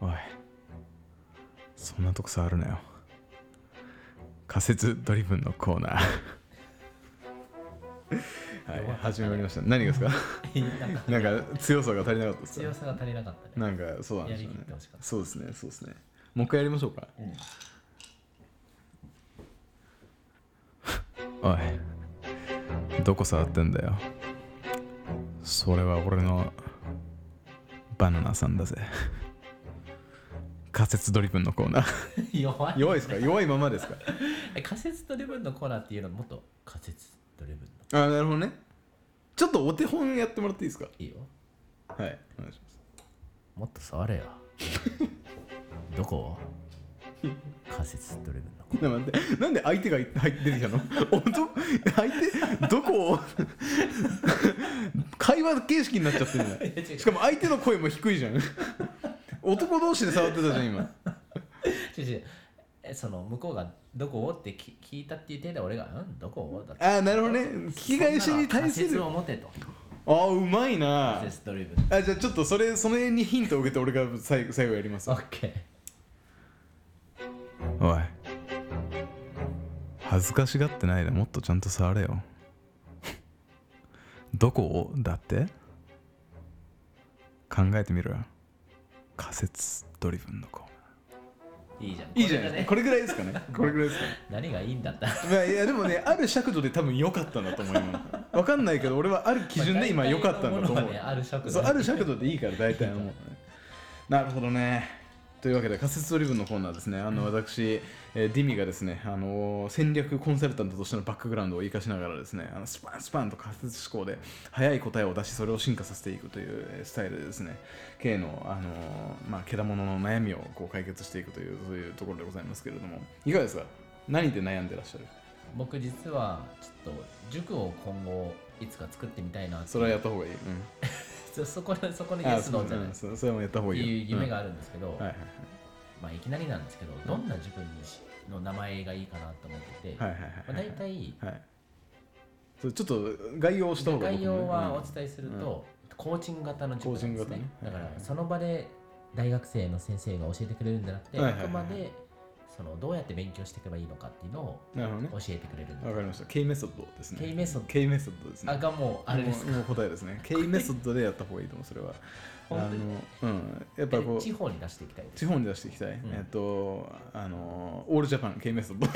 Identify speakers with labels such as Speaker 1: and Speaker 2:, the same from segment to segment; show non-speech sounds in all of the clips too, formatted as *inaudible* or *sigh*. Speaker 1: おいそんなとこ触るなよ仮説ドリブンのコーナーはい始まりました何がですか *laughs*
Speaker 2: なんか
Speaker 1: なんか強さが足りなかったです
Speaker 2: 強
Speaker 1: か
Speaker 2: さが足りなかったね
Speaker 1: なんかそうなんですよ
Speaker 2: やりき
Speaker 1: ね
Speaker 2: ってほしかった
Speaker 1: そうですねそうですねもう一回やりましょうか
Speaker 2: うん
Speaker 1: おいどこ触ってんだよそれは俺のバナナさんだぜ仮説ドリブンのコーナー
Speaker 2: 弱い
Speaker 1: 弱いですか弱いままですか
Speaker 2: え仮説ドリブンのコーナーっていうのもっと仮説ドリブンの
Speaker 1: あなるほどねちょっとお手本やってもらっていいですか
Speaker 2: いいよ
Speaker 1: はいお願いします
Speaker 2: もっと触れよどこ仮説ドリブンのコー
Speaker 1: なんでなんで相手が入って出てきたのおど相手どこを会話形式になっちゃってる
Speaker 2: ナーいや違
Speaker 1: の
Speaker 2: う
Speaker 1: しかも相手の声も低いじゃん男同士で触ってたじゃん今
Speaker 2: *laughs* 違う違うえその向こうがどこをってき聞いたっていう点で俺がうんどこをだって
Speaker 1: ああなるほどね聞き返しに対す
Speaker 2: そん
Speaker 1: る
Speaker 2: なのは仮説を持てと
Speaker 1: ああうまいな
Speaker 2: 仮説ドリブン
Speaker 1: あじゃあちょっとそれその辺にヒントを受けて俺が最後最後やります
Speaker 2: オッケー
Speaker 1: おい恥ずかしがってないでもっとちゃんと触れよ *laughs* どこをだって考えてみろよ仮説ドリブンのコーナ
Speaker 2: いいじゃん
Speaker 1: ーいいじゃないですかこ
Speaker 2: れ
Speaker 1: れぐらいですかねこれぐらいですかね
Speaker 2: がね何がいいんだった
Speaker 1: まあいやでもねある尺度で多分良かったんだと思う今わかんないけど俺はある基準で今良かったんだと
Speaker 2: まあ
Speaker 1: 思
Speaker 2: 大体のものは
Speaker 1: う
Speaker 2: ねある尺度
Speaker 1: そうある尺度でいいから大体は
Speaker 2: *laughs*
Speaker 1: もうなるほどねというわけで仮説ドリブンのコーナーですねあの私、えーディミがですね、あのー戦略コンサルタントとしてのバックグラウンドを生かしながらですねあのスパンスパンと仮説思考で早い答えを出しそれを進化させていくというえースタイルでですね K の、あのーまあ、けだものの悩みをこう解決していくというそういうところでございますけれどもいかがですか何で悩んでらっしゃる
Speaker 2: 僕実はちょっと塾を今後いつか作ってみたいなっていう
Speaker 1: それはやった方がいい、うん、
Speaker 2: そそこでそこのイ
Speaker 1: あ
Speaker 2: エスノーじゃない
Speaker 1: うん
Speaker 2: です
Speaker 1: そそれもやった方
Speaker 2: っ
Speaker 1: が
Speaker 2: て
Speaker 1: いいよ
Speaker 2: いう夢が
Speaker 1: うん
Speaker 2: あるんですけど、
Speaker 1: はいはい
Speaker 2: まあいきなりなんですけどどんな塾にしの名前がいいかなと思っ
Speaker 1: は
Speaker 2: てて、
Speaker 1: い
Speaker 2: ま
Speaker 1: はいはいはい
Speaker 2: あ、大体
Speaker 1: はい。それちょっと概要をした方がいい、
Speaker 2: 概要はお伝えすると、コーチング型の塾なん
Speaker 1: コー
Speaker 2: です
Speaker 1: チング型
Speaker 2: ね
Speaker 1: ね
Speaker 2: だか
Speaker 1: はい
Speaker 2: ら
Speaker 1: はいはい
Speaker 2: その場で大学生の先生が教えてくれるんじゃなくて、
Speaker 1: はいはいはい
Speaker 2: あくまでそのどうやって勉強していけばいいのかっていうのを
Speaker 1: うんなるほどね
Speaker 2: 教。えてくれるんで
Speaker 1: わかりました。K メソッドですね。
Speaker 2: K メソッド
Speaker 1: K メソッドですね。
Speaker 2: あがもうあれです
Speaker 1: *laughs* もうもう答えですね。K メソッドでやった方がいいと思う、それは。あ
Speaker 2: *laughs* 本当に
Speaker 1: の、うん。やっぱこ
Speaker 2: 地
Speaker 1: う、
Speaker 2: 方に出していきたいです
Speaker 1: 地方に出していきたい。
Speaker 2: ん
Speaker 1: えっと、あの、オールジャパン K メ
Speaker 2: *laughs*
Speaker 1: ソッド。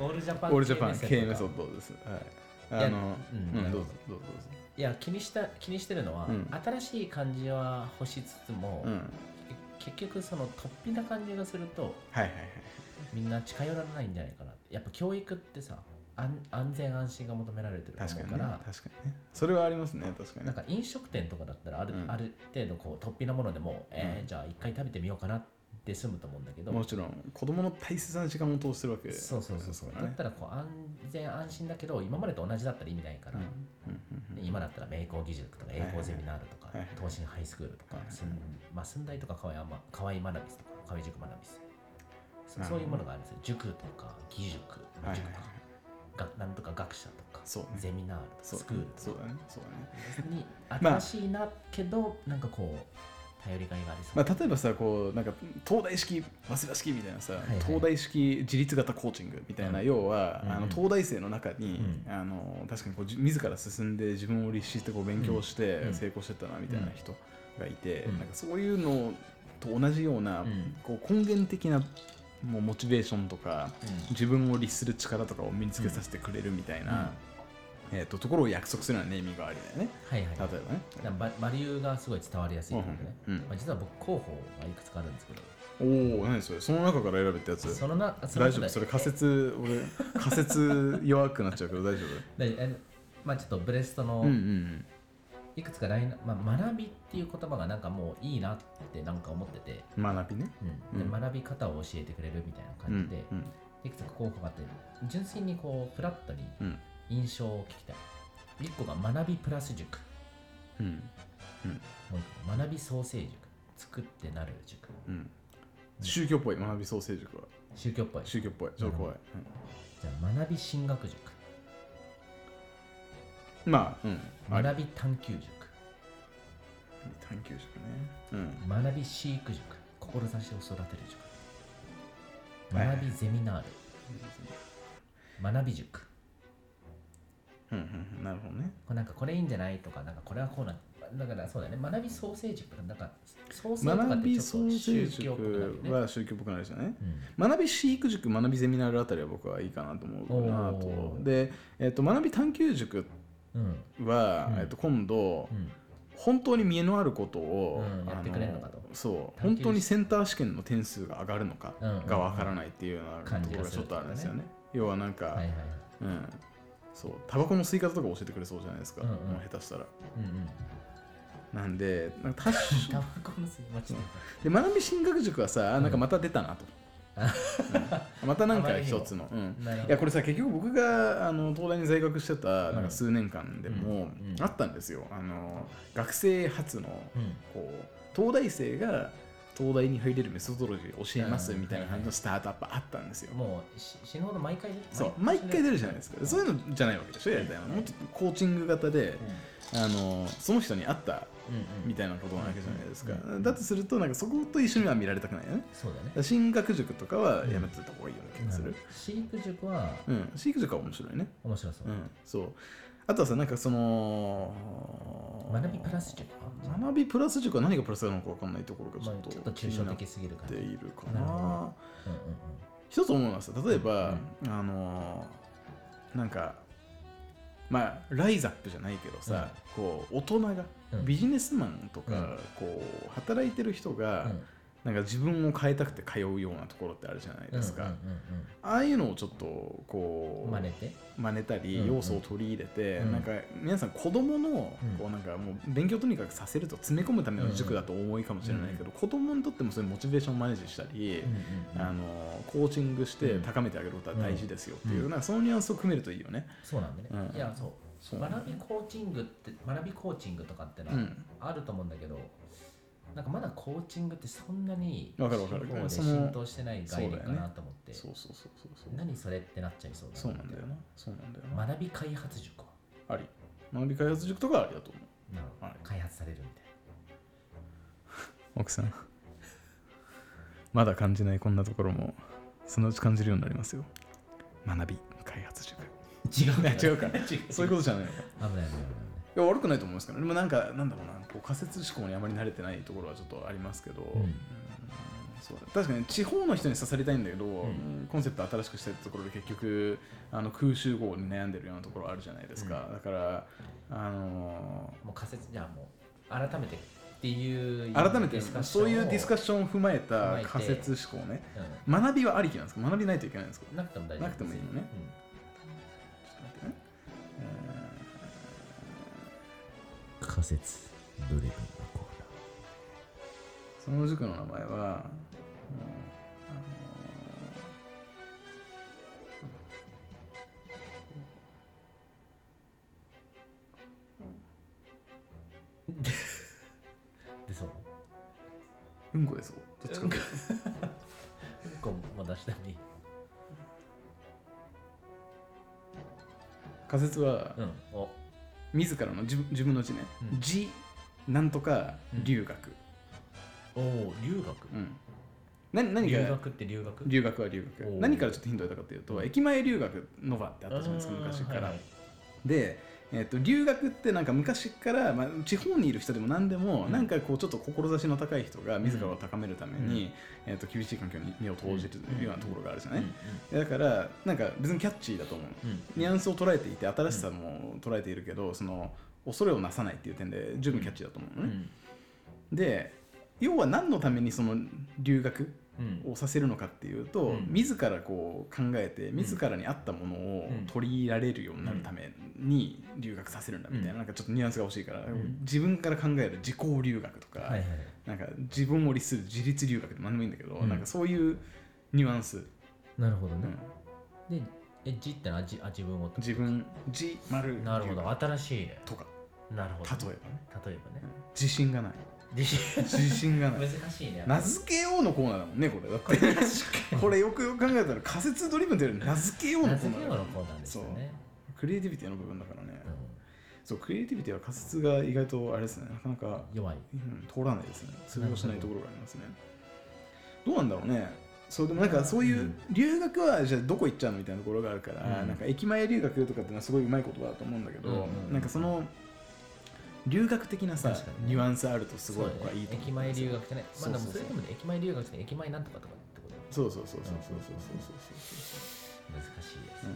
Speaker 2: オールジャパン
Speaker 1: オールジャパン
Speaker 2: KMS
Speaker 1: K メソ
Speaker 2: とか
Speaker 1: ッドです。はい。
Speaker 2: いや
Speaker 1: あの、
Speaker 2: うん
Speaker 1: うん、どうぞ、どうぞ、
Speaker 2: いや気にした気にしてるのは、
Speaker 1: うん
Speaker 2: 新しい感じは欲しつつも、
Speaker 1: どうぞ。うん。
Speaker 2: け結局その突飛な感じがすると
Speaker 1: はいはいはい。
Speaker 2: みんな近寄らないんじゃないかなってやっぱ教育ってさ安安全安心が求められてると
Speaker 1: 確
Speaker 2: 思
Speaker 1: か
Speaker 2: う
Speaker 1: に
Speaker 2: か
Speaker 1: ね。確
Speaker 2: ら
Speaker 1: かにね。それはありますね、確かに
Speaker 2: なん。か飲食店とかだったらある,、
Speaker 1: うん
Speaker 2: ある程度こう突飛なものでも、えー
Speaker 1: うん
Speaker 2: じゃあ一回食べてみようかなって済むと思うんだけど、
Speaker 1: もちろん、子供の大切な時間を通してるわけです
Speaker 2: そ
Speaker 1: か
Speaker 2: う
Speaker 1: らね。
Speaker 2: そうそうそう、だったらこう安全安心だけど今までと同じだったら意味ないから、
Speaker 1: うんうんうん
Speaker 2: 今だったら名工義塾とか
Speaker 1: い
Speaker 2: 栄
Speaker 1: はい
Speaker 2: 光ゼミナールとか
Speaker 1: はいはい
Speaker 2: 東進ハイスクールとか
Speaker 1: はいはい
Speaker 2: すんまあ駿台とか河合あま河合学びすとか河合塾学びすそ
Speaker 1: なるほど
Speaker 2: そういうものがあるんですよ塾とか義塾
Speaker 1: はいはい
Speaker 2: 塾
Speaker 1: はい
Speaker 2: とかがなんとか学者とか
Speaker 1: そうね
Speaker 2: ゼミナールと
Speaker 1: そ
Speaker 2: か
Speaker 1: う
Speaker 2: スクール
Speaker 1: そ
Speaker 2: と
Speaker 1: う
Speaker 2: か
Speaker 1: だねそうだね、
Speaker 2: に
Speaker 1: *laughs* まあ
Speaker 2: 新しいなけどなんかこう頼りがいがありそう
Speaker 1: まあ、例えばさこうなんか東大式早稲田式みたいなさ、
Speaker 2: はいはい
Speaker 1: 東大式自立型コーチングみたいな、
Speaker 2: うん
Speaker 1: 要は、
Speaker 2: うんうん
Speaker 1: あの東大生の中に、
Speaker 2: う
Speaker 1: あの確かにこうじ自ら進んで自分を律してこう勉強して
Speaker 2: うん
Speaker 1: 成功してったなみたいな人がいて、
Speaker 2: うん
Speaker 1: なんかそういうのと同じような、
Speaker 2: うん
Speaker 1: こう根源的なもうモチベーションとか、
Speaker 2: うん
Speaker 1: 自分を律する力とかを身につけさせてくれるみたいな、えー、とところを約束するようなネーミングがありだよね
Speaker 2: はいはい
Speaker 1: 例えばね。
Speaker 2: なんかババリューがすごい伝わりやすいのでね
Speaker 1: うんうん
Speaker 2: まあ実は僕候補がいくつかあるんですけど
Speaker 1: おお何それその中から選べってやつ
Speaker 2: そのなの
Speaker 1: 大丈
Speaker 2: 中
Speaker 1: 夫
Speaker 2: で
Speaker 1: それ仮説俺仮説弱くなっちゃうけど大丈
Speaker 2: えでえまあちょっとブレストの
Speaker 1: 夫うんうん
Speaker 2: いくつかラインナ、まあ、学びっていう言葉がなんかもういいなってなんか思ってて、
Speaker 1: うん学びね
Speaker 2: うんで
Speaker 1: うん
Speaker 2: 学び方を教えてくれるみたいな
Speaker 1: うん
Speaker 2: 感じで、
Speaker 1: うん
Speaker 2: いくつか候補があって純粋にこうフラットに
Speaker 1: うん
Speaker 2: 印象を聞きたい1個が学びプラス塾
Speaker 1: うん
Speaker 2: もう一個学び創生塾作ってなる塾
Speaker 1: うん宗教っぽい学び創生塾は
Speaker 2: 宗教っぽい
Speaker 1: 宗教っぽいそれ怖い
Speaker 2: じゃあ学び進学塾
Speaker 1: まあ、うん。あれ
Speaker 2: 学び探求塾
Speaker 1: 探求者ね。うん。
Speaker 2: 学び飼育塾志を育てる塾
Speaker 1: はいはい
Speaker 2: 学びゼミナール、学び塾
Speaker 1: うんうんうん、なるほどね。
Speaker 2: これなんかこれいいんじゃないとかなんかこれはこうなんだからそうだよね学び創生塾なんか創生とか
Speaker 1: 学
Speaker 2: って
Speaker 1: び
Speaker 2: ちょっ
Speaker 1: 創
Speaker 2: と
Speaker 1: 生
Speaker 2: 宗教っぽくなるよ
Speaker 1: 塾
Speaker 2: ね、
Speaker 1: は宗教っぽくなるじゃない学び飼育塾、学びゼミナールあたりは僕はいいかなと思うなと
Speaker 2: お。ー
Speaker 1: で、えっと、学び探求塾
Speaker 2: うんうん
Speaker 1: は、
Speaker 2: うん
Speaker 1: えっと、今度、
Speaker 2: うん
Speaker 1: 本当に見えのあることを、
Speaker 2: うんやってくれるのかと
Speaker 1: あそう本
Speaker 2: 探求して
Speaker 1: 当にセンター試験の点数が上がるのか
Speaker 2: うん
Speaker 1: がわからないっていうような
Speaker 2: 感
Speaker 1: と
Speaker 2: じ
Speaker 1: ころ
Speaker 2: が
Speaker 1: が
Speaker 2: す
Speaker 1: ちょ
Speaker 2: る
Speaker 1: っ
Speaker 2: と
Speaker 1: とあ
Speaker 2: かね
Speaker 1: るんですよね。要はなんか、
Speaker 2: はいはい
Speaker 1: うん、そうタバコの吸い方とか教えてくれそうじゃないですか、
Speaker 2: うんうん
Speaker 1: もう下手したら。
Speaker 2: うんうん
Speaker 1: なんでなんか確か
Speaker 2: タバコの吸い間違
Speaker 1: で学び進学塾はさなんかまた出たなと、うんまたなん
Speaker 2: あ
Speaker 1: か
Speaker 2: まりにも
Speaker 1: 一つの、うん
Speaker 2: えたなるほ
Speaker 1: いやこれさ結局僕があの東大に在学してたなん
Speaker 2: う
Speaker 1: か
Speaker 2: ん
Speaker 1: 数年間でも
Speaker 2: うんうん
Speaker 1: あったんですよ、あの学生初の
Speaker 2: うん
Speaker 1: こう東大生が東大に入れるメソドロジーを教えます
Speaker 2: うん
Speaker 1: みたいな感じのスタートアップあったんですよ。
Speaker 2: もうし死ぬほど毎回
Speaker 1: そう毎回出るじゃないですか、そう
Speaker 2: う
Speaker 1: いうのじゃないわけでしょやりたいのはもっとコーチング型で、あのその人に合った
Speaker 2: んうんうん
Speaker 1: みたいなことなわけじゃないですか、
Speaker 2: うん
Speaker 1: だとするとなんかそこと一緒には見られたくないよねだか
Speaker 2: そうだね
Speaker 1: ら進学塾とかはやめてた方がいいような気がする、
Speaker 2: 飼育塾は
Speaker 1: うん飼育塾は面白いね
Speaker 2: 面白そうう、
Speaker 1: んそうあとはさなんかその
Speaker 2: 学びプラス塾は
Speaker 1: 学びプラス塾は何がプラスなのか分かんないところがち
Speaker 2: ま
Speaker 1: ょっ
Speaker 2: あ
Speaker 1: と
Speaker 2: ちょっと
Speaker 1: 気
Speaker 2: 抽
Speaker 1: に
Speaker 2: 象
Speaker 1: なっ
Speaker 2: 的すぎるか
Speaker 1: っ
Speaker 2: ら
Speaker 1: ているかな
Speaker 2: なるほどうんうんうん
Speaker 1: 一つ思うのはさ例えば、あのーなんかまあライザップじゃないけどさ、こう大人が、
Speaker 2: うん
Speaker 1: ビジネスマンとか、
Speaker 2: うん
Speaker 1: こう働いてる人が、
Speaker 2: うん
Speaker 1: なんか自分を変えたくて通うようなところってあるじゃないですか、
Speaker 2: うん
Speaker 1: ああいうのをちょっと
Speaker 2: うん
Speaker 1: こ
Speaker 2: うん
Speaker 1: う
Speaker 2: 真似て
Speaker 1: 真似たり
Speaker 2: うんうん
Speaker 1: 要素を取り入れて、
Speaker 2: うん
Speaker 1: なんか皆さん子供の
Speaker 2: うん
Speaker 1: こうなんかもう勉強とにかくさせると詰め込むための塾だと思いかもしれないけど、子供にとってもそういうモチベーションをマネージしたり、
Speaker 2: うんうんうん
Speaker 1: あのコーチングして
Speaker 2: うん
Speaker 1: 高めてあげることは大事ですよっていう、
Speaker 2: うん
Speaker 1: なんかそのニュアンスを組めるといいよね。
Speaker 2: そうなんだね、
Speaker 1: うん
Speaker 2: いやそう
Speaker 1: そう
Speaker 2: 学びコーチングって学びコーチングとかっての
Speaker 1: う
Speaker 2: は
Speaker 1: ん、
Speaker 2: あると思うんだけど、なんかまだコーチングってそんなに
Speaker 1: わかるわかる
Speaker 2: 地方で
Speaker 1: その
Speaker 2: 浸透してない概念かなと思って、
Speaker 1: そうそうそうそうそう。
Speaker 2: 何それってなっちゃいそうだ
Speaker 1: そうなんだよな。そうなんだよな。
Speaker 2: 学び開発塾は
Speaker 1: あり。学び開発塾とかはありだと思う。
Speaker 2: なるほど
Speaker 1: はい
Speaker 2: 開発されるみたい
Speaker 1: 奥さん。 *laughs* まだ感じないこんなところも、そのうち感じるようになりますよ。学び開発塾。
Speaker 2: な違う
Speaker 1: ね違うか
Speaker 2: 違う
Speaker 1: そういうことじゃないのか。
Speaker 2: 危ない危ない危ない
Speaker 1: いや悪くないと思いますけど、でもなんか、なんだろうな、こう仮説思考にあまり慣れてないところはちょっとありますけど、
Speaker 2: ん
Speaker 1: うんそうだ確かに地方の人に刺さりたいんだけど、
Speaker 2: ん
Speaker 1: コンセプト新しくしたいところで結局あの空襲号に悩んでるようなところあるじゃないですか、だから、あの
Speaker 2: もう仮説じゃあもう改めてっていう
Speaker 1: ー改めてそういうディスカッ
Speaker 2: シ
Speaker 1: ションを踏まえ
Speaker 2: 踏ま
Speaker 1: た
Speaker 2: えて
Speaker 1: 仮説思考ね
Speaker 2: ョンを、
Speaker 1: 学びはありきなんですか学びないといけないんですか
Speaker 2: うん、なくても大丈夫
Speaker 1: なくてもいいのね、
Speaker 2: うん
Speaker 1: ちょっと待ってね
Speaker 2: 仮説ドリブンのコー
Speaker 1: その塾の名前は、うんあのー
Speaker 2: ナーでそう
Speaker 1: うんこですどっちかっていうと
Speaker 2: うんこも出したり
Speaker 1: 仮説は、
Speaker 2: うんお
Speaker 1: 自らの自分自分の字ね、
Speaker 2: うん
Speaker 1: 字なんとか
Speaker 2: うん
Speaker 1: 留学、
Speaker 2: おお留学
Speaker 1: うんな何
Speaker 2: 留
Speaker 1: が
Speaker 2: 学って留学
Speaker 1: 留学は留学
Speaker 2: おー
Speaker 1: 何からちょっとヒントを得たかというと、
Speaker 2: うん
Speaker 1: 駅前留学ノバってあったじゃないですか
Speaker 2: あー
Speaker 1: 昔から、
Speaker 2: はいはい
Speaker 1: で、えっと留学ってなんか昔から、まあ、地方にいる人でも何でも、
Speaker 2: うん
Speaker 1: なんかこうちょっと志の高い人が自らを高めるために、えっと厳しい環境に身を投じるようなところがあるじゃない、だからなんか別にキャッチーだと思う
Speaker 2: うんうん
Speaker 1: ニュアンスを捉えていて新しさも捉えているけど、その恐れをなさないっていう点で十分キャッチーだと思う
Speaker 2: う
Speaker 1: のね、
Speaker 2: ん
Speaker 1: で要は何のためにその留学
Speaker 2: うん
Speaker 1: をさせるのかっていうと、
Speaker 2: うん
Speaker 1: 自らこう考えて自らに合ったものを
Speaker 2: うん
Speaker 1: 取り入れられるようになるために留学させるんだみたいな,、
Speaker 2: うん
Speaker 1: なんかちょっとニュアンスが欲しいから、
Speaker 2: ん
Speaker 1: 自分から考える自己留学とか、
Speaker 2: はいはい
Speaker 1: なんか自分を律する自立留学でも何でもいいんだけど、
Speaker 2: うん
Speaker 1: なんかそういうニュアンス、
Speaker 2: なるほど
Speaker 1: う
Speaker 2: ね
Speaker 1: ん
Speaker 2: でえじってのはじあ自分を
Speaker 1: 自分自丸
Speaker 2: なるほど
Speaker 1: 留
Speaker 2: 新しいね
Speaker 1: 学とか
Speaker 2: なるほ
Speaker 1: 例え
Speaker 2: ど
Speaker 1: ば
Speaker 2: 例
Speaker 1: ね
Speaker 2: えばね
Speaker 1: 自信がない
Speaker 2: 自信
Speaker 1: 自信がない
Speaker 2: *laughs* 難しいね
Speaker 1: 名付けようのコーナーだもんねこれだってこれよくよく考えたら仮説ドリブンというより名付けようの
Speaker 2: 名
Speaker 1: コー
Speaker 2: 付
Speaker 1: ナ
Speaker 2: け
Speaker 1: ー
Speaker 2: よ
Speaker 1: だ
Speaker 2: う
Speaker 1: よ
Speaker 2: のコーナーですよね
Speaker 1: クリエイティビティの部分だからね、
Speaker 2: う
Speaker 1: そう、クリエイティビティは仮説が意外とあれですね、なかなか、
Speaker 2: 弱い。
Speaker 1: うん、通らないですね。通用しないところがありますね。どうなんだろうね。そうでもなんかそういううん留学はじゃあどこ行っちゃうのみたいなところがあるから、
Speaker 2: うん
Speaker 1: なんか駅前留学とかってのはすごいうまい言葉だと思うんだけど、
Speaker 2: うんうんうん
Speaker 1: なんかその留学的なさ
Speaker 2: 確かに
Speaker 1: ニュアンスあるとすごい
Speaker 2: そう
Speaker 1: 僕
Speaker 2: だ
Speaker 1: は
Speaker 2: ね
Speaker 1: いいと思う
Speaker 2: 駅前留学ってね。まあでも
Speaker 1: そう
Speaker 2: そ
Speaker 1: そうそう
Speaker 2: れでもね、駅前留学って駅前なんとかとかってことだよね
Speaker 1: そうそうそうそうそうそうそうそう
Speaker 2: 難しいやつ。
Speaker 1: そう、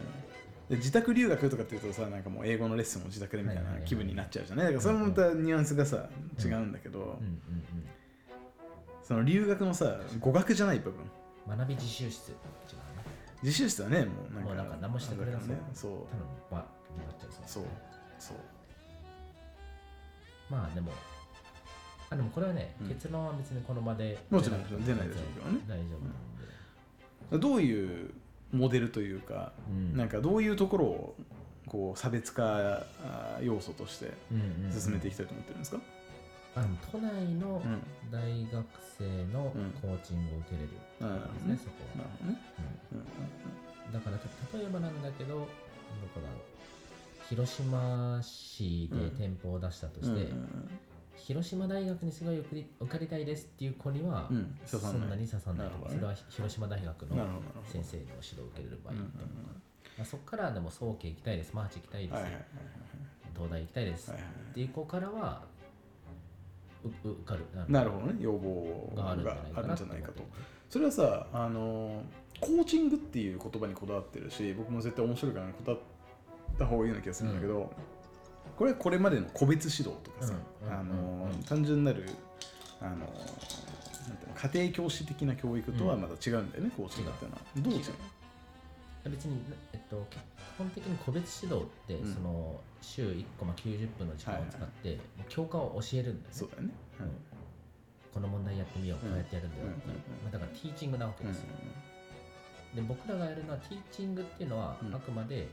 Speaker 1: うん、で自宅留学とかっていうとさなんかもう英語のレッスンも自宅でみたい
Speaker 2: はいはい
Speaker 1: な
Speaker 2: はい
Speaker 1: 気分になっちゃうじゃないだからそれもまたニュアンスがさ
Speaker 2: うん
Speaker 1: 違うんだけど
Speaker 2: うんうん
Speaker 1: その留学のさ語学じゃない部分
Speaker 2: うん。学び実習室。違うね。
Speaker 1: 自習室はねもうなんか
Speaker 2: もうなんか何もしてくれなそう
Speaker 1: あだからねそう
Speaker 2: 多分まあ、になっちゃいそうです
Speaker 1: そ
Speaker 2: ね
Speaker 1: うそう
Speaker 2: まあでも、あでもこれはね、
Speaker 1: うん
Speaker 2: 結論は別にこの場で。
Speaker 1: もちろんもちろん出ないでしょうけどね
Speaker 2: 大丈夫なんで。
Speaker 1: どういうモデルというか、
Speaker 2: うん
Speaker 1: なんかどういうところをこう差別化あー要素として
Speaker 2: うんうんうん
Speaker 1: 進めていきたいと思ってるんですか、
Speaker 2: あの都内の
Speaker 1: うん
Speaker 2: 大学生の
Speaker 1: うん
Speaker 2: コーチングを受けれる
Speaker 1: あーなる
Speaker 2: んで
Speaker 1: ほど
Speaker 2: すね、
Speaker 1: ね
Speaker 2: そこ
Speaker 1: な
Speaker 2: は、
Speaker 1: るほどね、
Speaker 2: う
Speaker 1: うんうん
Speaker 2: んだからた例えばなんだけどどこだろう広島市で店舗を出したとして、
Speaker 1: うん
Speaker 2: 広島大学にすごい受り受かりたいですっていう子には、
Speaker 1: うんうん
Speaker 2: そ
Speaker 1: 刺さん
Speaker 2: ん
Speaker 1: な
Speaker 2: ないに刺さんない
Speaker 1: なるほどね
Speaker 2: それは広島大学の
Speaker 1: なるほどなるほど
Speaker 2: 先生の指導を受ければいいと思う、
Speaker 1: うんうんうん
Speaker 2: まあ、そこからでも早慶行きたいですマーチ行きたいです、
Speaker 1: はいはいはい
Speaker 2: 東大行きたいです、
Speaker 1: はいはいはい
Speaker 2: っていう子からはうう受かるあの
Speaker 1: なるほどね要望
Speaker 2: が
Speaker 1: が
Speaker 2: あ
Speaker 1: あ
Speaker 2: る
Speaker 1: る
Speaker 2: ん
Speaker 1: ん
Speaker 2: じゃないかな
Speaker 1: じゃないかと
Speaker 2: 思って
Speaker 1: それはさあのーコーチングっていう言葉にこだわってるし僕も絶対面白いからこだわった方がいいような気がするんだけど、これはこれまでの個別指導とかさ、
Speaker 2: うんうん
Speaker 1: あ
Speaker 2: うん
Speaker 1: の
Speaker 2: うん
Speaker 1: ー単純なるあのーなんていうの家庭教師的な教育とはまた違うんだよね、コーチングっていうのは。どう違う
Speaker 2: 別に、えっと、基本的に個別指導って、
Speaker 1: うん
Speaker 2: その週1個、まあ、90分の時間を使って、教科を教えるんだよね
Speaker 1: そうだよね。うん
Speaker 2: うんこの問題やってみよう、
Speaker 1: うん
Speaker 2: こうやってやるんだよ、
Speaker 1: うんうん
Speaker 2: まあ、だからティーチングなわけ
Speaker 1: うん
Speaker 2: ですよ、で僕らがやるのはティーチングっていうのは、
Speaker 1: うん
Speaker 2: あくまで、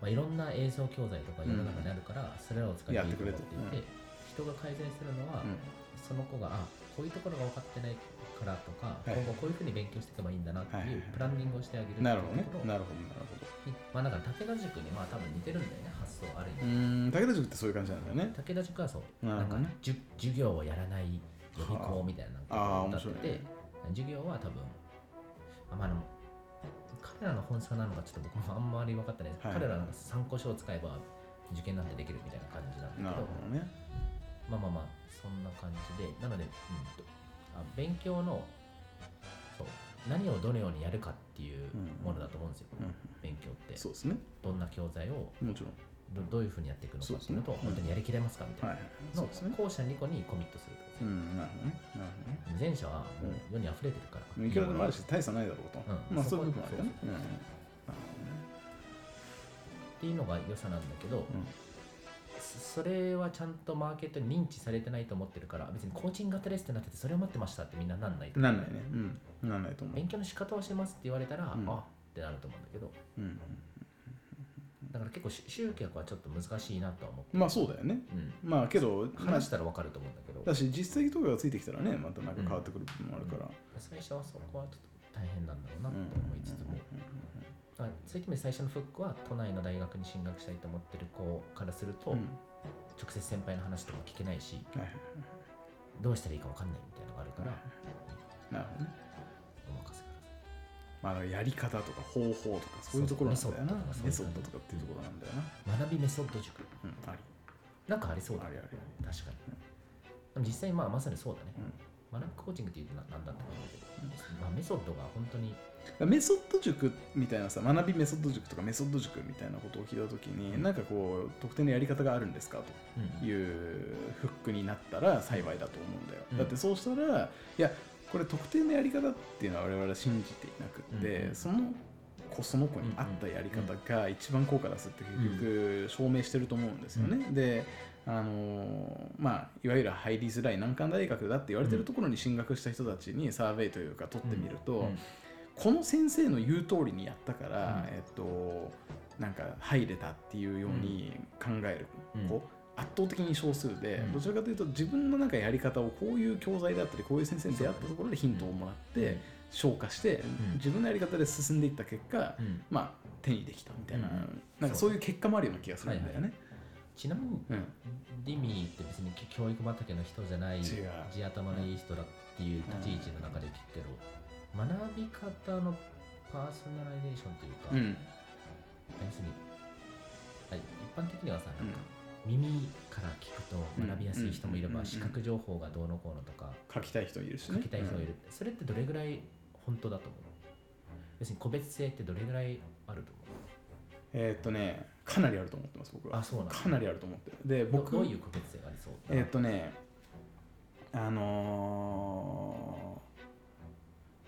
Speaker 2: まあ、いろんな映像教材とか世の中にあるから、それらを使っていいと思ってい
Speaker 1: やってく
Speaker 2: て、
Speaker 1: れ
Speaker 2: 人が改善するのは、
Speaker 1: うん
Speaker 2: その子があこういうところが分かってないからとか、
Speaker 1: いはい
Speaker 2: 今後こういうふうに勉強していけばいいんだなってい
Speaker 1: はいはいは
Speaker 2: う
Speaker 1: い
Speaker 2: プランニングをしてあげるっていう
Speaker 1: なるほどね
Speaker 2: ところ。
Speaker 1: なるほど、なるほど。
Speaker 2: まあだから武田塾にまあ多分似てるんだよね発想ある意
Speaker 1: う
Speaker 2: 味、
Speaker 1: ーん、武田塾ってそういう感じなんだよね。
Speaker 2: 武田塾はそう
Speaker 1: な
Speaker 2: な
Speaker 1: る
Speaker 2: ん
Speaker 1: ほ
Speaker 2: か
Speaker 1: どね
Speaker 2: じゅ授業をやらない予備校みたいな
Speaker 1: ああー、
Speaker 2: な
Speaker 1: 面
Speaker 2: んか
Speaker 1: 白い
Speaker 2: 歌
Speaker 1: ね
Speaker 2: っ。てて、授業は多分あまあでも彼らの本質なのかちょっと僕もあんまり分かってないです、
Speaker 1: はい
Speaker 2: 彼らの参考書を使えば受験なんてできるみたいな感じなんだ
Speaker 1: な
Speaker 2: け
Speaker 1: る
Speaker 2: ど
Speaker 1: ほどね。
Speaker 2: まあまあまあそんな感じでなので、うんとあ勉強のそう何をどのようにやるかっていうものだと思うんですよ、
Speaker 1: うん、
Speaker 2: 勉強って
Speaker 1: そうですね。
Speaker 2: どんな教材を
Speaker 1: もちろん。
Speaker 2: どどういうふうにやっていくのか
Speaker 1: そう
Speaker 2: っ
Speaker 1: です
Speaker 2: てい
Speaker 1: ね
Speaker 2: うのと、本当にやりきれますかみたい
Speaker 1: は。
Speaker 2: ないの
Speaker 1: そうですね。
Speaker 2: 後者2個にコミットするってこ
Speaker 1: うん、なるほどね。なるほどね。
Speaker 2: と前者はもう世に溢れてるから、
Speaker 1: いくらでもあるし大差ないだろうと、
Speaker 2: うん
Speaker 1: まあそういう部分はあるよね
Speaker 2: そ
Speaker 1: うん
Speaker 2: っていうのが良さなんだけど、そそれはちゃんとマーケットに認知されてないと思ってるから別にコーチング型ですってなっててそれを待ってましたってみんななんないと
Speaker 1: うんなんないねうんなんないと思う
Speaker 2: 勉強の仕方をしてますって言われたら、
Speaker 1: うん
Speaker 2: あってなると思うんだけど
Speaker 1: うん
Speaker 2: だから結構し集客はちょっと難しいなとは思って、
Speaker 1: まあそうだよね
Speaker 2: うん、
Speaker 1: まあけど
Speaker 2: 話したら分かると思うんだけど
Speaker 1: だし実績とかがついてきたらねまたなんか変わってくる部分もあるから
Speaker 2: 最初はそこはちょっと大変なんだろうな
Speaker 1: う
Speaker 2: と
Speaker 1: ん
Speaker 2: 思いつつも、だからそういった意味で最初のフックは都内の大学に進学したいと思ってる子からすると、
Speaker 1: うん
Speaker 2: 直接先輩の話とか聞けないし
Speaker 1: はいはい
Speaker 2: どうしたらいいか分かんないみたいなのがあるから、
Speaker 1: はいなるほどね
Speaker 2: お任せください
Speaker 1: まあだからやり方とか方法とかそういうところなんだよな
Speaker 2: そうメ
Speaker 1: メ
Speaker 2: ソ
Speaker 1: ソ
Speaker 2: ッ
Speaker 1: ッ
Speaker 2: ド
Speaker 1: ド
Speaker 2: と
Speaker 1: と
Speaker 2: か
Speaker 1: か
Speaker 2: そうい
Speaker 1: っていうと
Speaker 2: う感じ
Speaker 1: ころなんだよな
Speaker 2: 学びメソッド塾
Speaker 1: うんあり
Speaker 2: なんかありそうだ
Speaker 1: あ
Speaker 2: ね
Speaker 1: りあり
Speaker 2: 確かにでも実際まあまさにそうだ
Speaker 1: う、
Speaker 2: ね
Speaker 1: ん
Speaker 2: 学びコーチングっていうのは何だったか言うけど、まあ、メソッドが本当に
Speaker 1: メソッド塾みたいなさ学びメソッド塾とかメソッド塾みたいなことを聞いたときになんかこう特定のやり方があるんですかと
Speaker 2: うんうん
Speaker 1: いうフックになったら幸いだと思うんだよ、
Speaker 2: うん
Speaker 1: だってそうしたらいやこれ特定のやり方っていうのは我々は信じていなくって、
Speaker 2: うん
Speaker 1: その子その子に合ったやり方が一番効果出すって結局証明してると思うんですよね、であのーまあ、いわゆる入りづらい難関大学だって言われてるところに進学した人たちにサーベイというか取ってみると、
Speaker 2: うん
Speaker 1: この先生の言う通りにやったから、
Speaker 2: うん
Speaker 1: えっとなんか入れたっていうように考え
Speaker 2: う
Speaker 1: る、
Speaker 2: ん
Speaker 1: こう圧倒的に少数で、
Speaker 2: うん
Speaker 1: どちらかというと自分のなんかやり方をこういう教材だったりこういう先生に出会ったところでヒントをもらって、消化して、
Speaker 2: ん
Speaker 1: 自分のやり方で進んでいった結果、
Speaker 2: うん
Speaker 1: まあ手にできたみたいな、
Speaker 2: うん
Speaker 1: なんかそういう結果もあるような気がするんだよね。
Speaker 2: はいちなみに
Speaker 1: うん、
Speaker 2: ディミーって別に教育畑の人じゃない
Speaker 1: 違う
Speaker 2: 地頭のいい人だっていう立ち位置の中で聞くけど、学び方のパーソナライゼーションというか、
Speaker 1: うん
Speaker 2: 要するにはい一般的にはさ、
Speaker 1: うん、
Speaker 2: 耳から聞くと学びやすい人もいれ
Speaker 1: うんうんうんう
Speaker 2: ば
Speaker 1: ん
Speaker 2: 視覚情報がどうのこうのとか
Speaker 1: 書きたい人いるし
Speaker 2: 書
Speaker 1: ね
Speaker 2: きたい人がいる、それってどれぐらい本当だと思う要するに個別性ってどれぐらいあると思
Speaker 1: うんえーっとねかなりあると思ってます僕
Speaker 2: うあ
Speaker 1: は
Speaker 2: そうなんだ
Speaker 1: かなりあると思ってるで僕
Speaker 2: どどういう個別性がありそう
Speaker 1: えーっとねあのー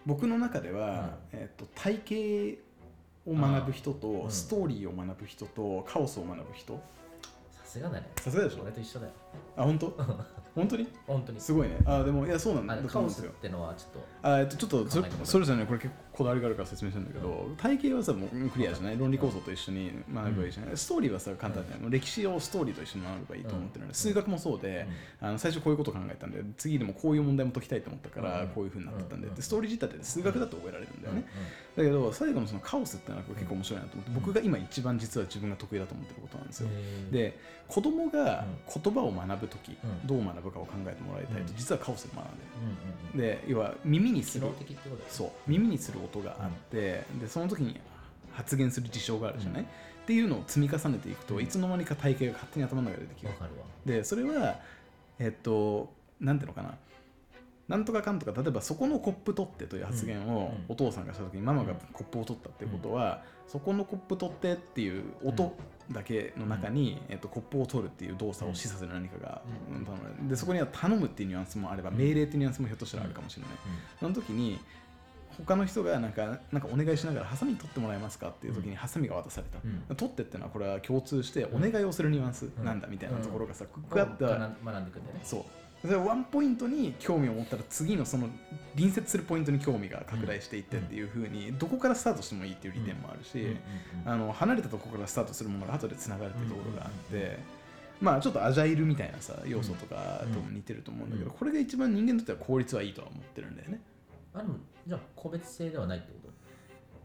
Speaker 1: 僕の中では、えーっと体系を学ぶ人と、
Speaker 2: あーうん
Speaker 1: ストーリーを学ぶ人とカオスを学ぶ人
Speaker 2: さすがだね
Speaker 1: さすがでしょ
Speaker 2: 俺と一緒だよ
Speaker 1: あ本当本当に
Speaker 2: 本当に
Speaker 1: すごいねあでもいやそうなん
Speaker 2: あ
Speaker 1: だ
Speaker 2: の
Speaker 1: と
Speaker 2: カ
Speaker 1: 思うん
Speaker 2: オ
Speaker 1: です
Speaker 2: スっ
Speaker 1: よ
Speaker 2: てのはちょっ
Speaker 1: あえっとちょっとそ
Speaker 2: 考えてもらう
Speaker 1: それぞれねこれ結構こだわりがあるから説明したんだけど、体系はさもうクリアじゃない論理構造と一緒に学べばいいじゃない、ストーリーはさ簡単じゃない、もう歴史をストーリーと一緒に学べばいいと思ってるので、
Speaker 2: うん
Speaker 1: 数学もそう
Speaker 2: と、
Speaker 1: で
Speaker 2: うん、
Speaker 1: あの最初こういうこと考えたんで次でもこういう問題も解きたいと思ったから、
Speaker 2: うん
Speaker 1: こういうふうになってたんで,、
Speaker 2: うん
Speaker 1: でストーリー自体って数学だと覚えられるんだよね、
Speaker 2: う
Speaker 1: だけど最後のそのカオスってのは結構面白いなと思って、僕が今一番実は自分が得意だと思ってることなんですよ、
Speaker 2: んうんうん、へー、
Speaker 1: で子供が言葉を学ぶ時、
Speaker 2: うん
Speaker 1: どう学ぶかを考えてもらいたいと、
Speaker 2: うん
Speaker 1: 実はカオスで学んで
Speaker 2: うんうんうん、
Speaker 1: るで要は耳にす
Speaker 2: 機
Speaker 1: る
Speaker 2: 能的ってことだよね
Speaker 1: そう耳にする音があって、でその時に発言する事象があるじゃない、っていうのを積み重ねていくと、
Speaker 2: うん
Speaker 1: いつの間にか体系が勝手に頭の中でできる
Speaker 2: わかるわ
Speaker 1: でそれはえっとなんていうのかななんとかかんとか例えばそこのコップ取ってという発言を
Speaker 2: うん
Speaker 1: お父さんがした時にママがコップを取ったっていうことは、そこのコップ取ってっていう音だけの中に、えっと、コップを取るっていう動作を示唆する何かが、
Speaker 2: うん
Speaker 1: うん頼まれるでそこには頼むっていうニュアンスもあれば命令っていうニュアンスもひょっとしたらあるかもしれない。その時に他の人がなんかなんかお願いしながらハサミ取ってもらえますかっていう時
Speaker 2: う
Speaker 1: にハサミが渡された、
Speaker 2: うん
Speaker 1: 取ってってのはこれは共通してお
Speaker 2: うん
Speaker 1: 願いをするニュアンスなんだ
Speaker 2: うん
Speaker 1: みたいなところがさグ
Speaker 2: うん、
Speaker 1: ッとあっ
Speaker 2: 学ん学んでくんだよね
Speaker 1: たそうそれワンポイントに興味を持ったら次のその隣接するポイントに興味が拡大していってっていう風にどこからスタートしてもいいっていう利点もあるし、
Speaker 2: うんうんうん
Speaker 1: あの離れたところからスタートするものが後でつながるっていうところがあって、
Speaker 2: うんうんうん
Speaker 1: まあちょっとアジャイルみたいなさ要素とかとも似てると思うんだけど、
Speaker 2: うん
Speaker 1: これが一番人間にとっては効率はいいとは思ってるんだよね。
Speaker 2: あのじゃあ個別性ではないってこと
Speaker 1: う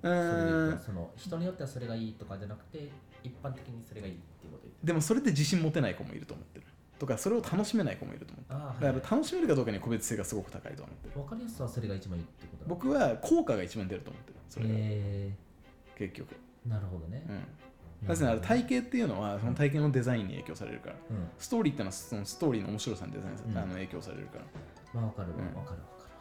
Speaker 2: それで言う
Speaker 1: ー
Speaker 2: と
Speaker 1: ん
Speaker 2: その人によってはそれがいいとかじゃなくて一般的にそれがいいっていうこと言って
Speaker 1: でもそれで自信持てない子もいると思ってるとかそれを楽しめない子もいると思って
Speaker 2: ああ、
Speaker 1: るだから楽しめるかどうかには個別性がすごく高いと思ってる
Speaker 2: 分かりやすさはそれが一番いいってこと
Speaker 1: 僕は効果が一番出ると思ってるそれが
Speaker 2: え
Speaker 1: 結局
Speaker 2: ー、なるほどね
Speaker 1: う、んなぜなら体型っていうのはその体型のデザインに影響されるから
Speaker 2: うん
Speaker 1: ストーリーってのはそのストーリーの面白さにデザインさ
Speaker 2: うん
Speaker 1: あの影響されるか
Speaker 2: まあ分かるわ
Speaker 1: うん
Speaker 2: 分かる分かる分かるそれ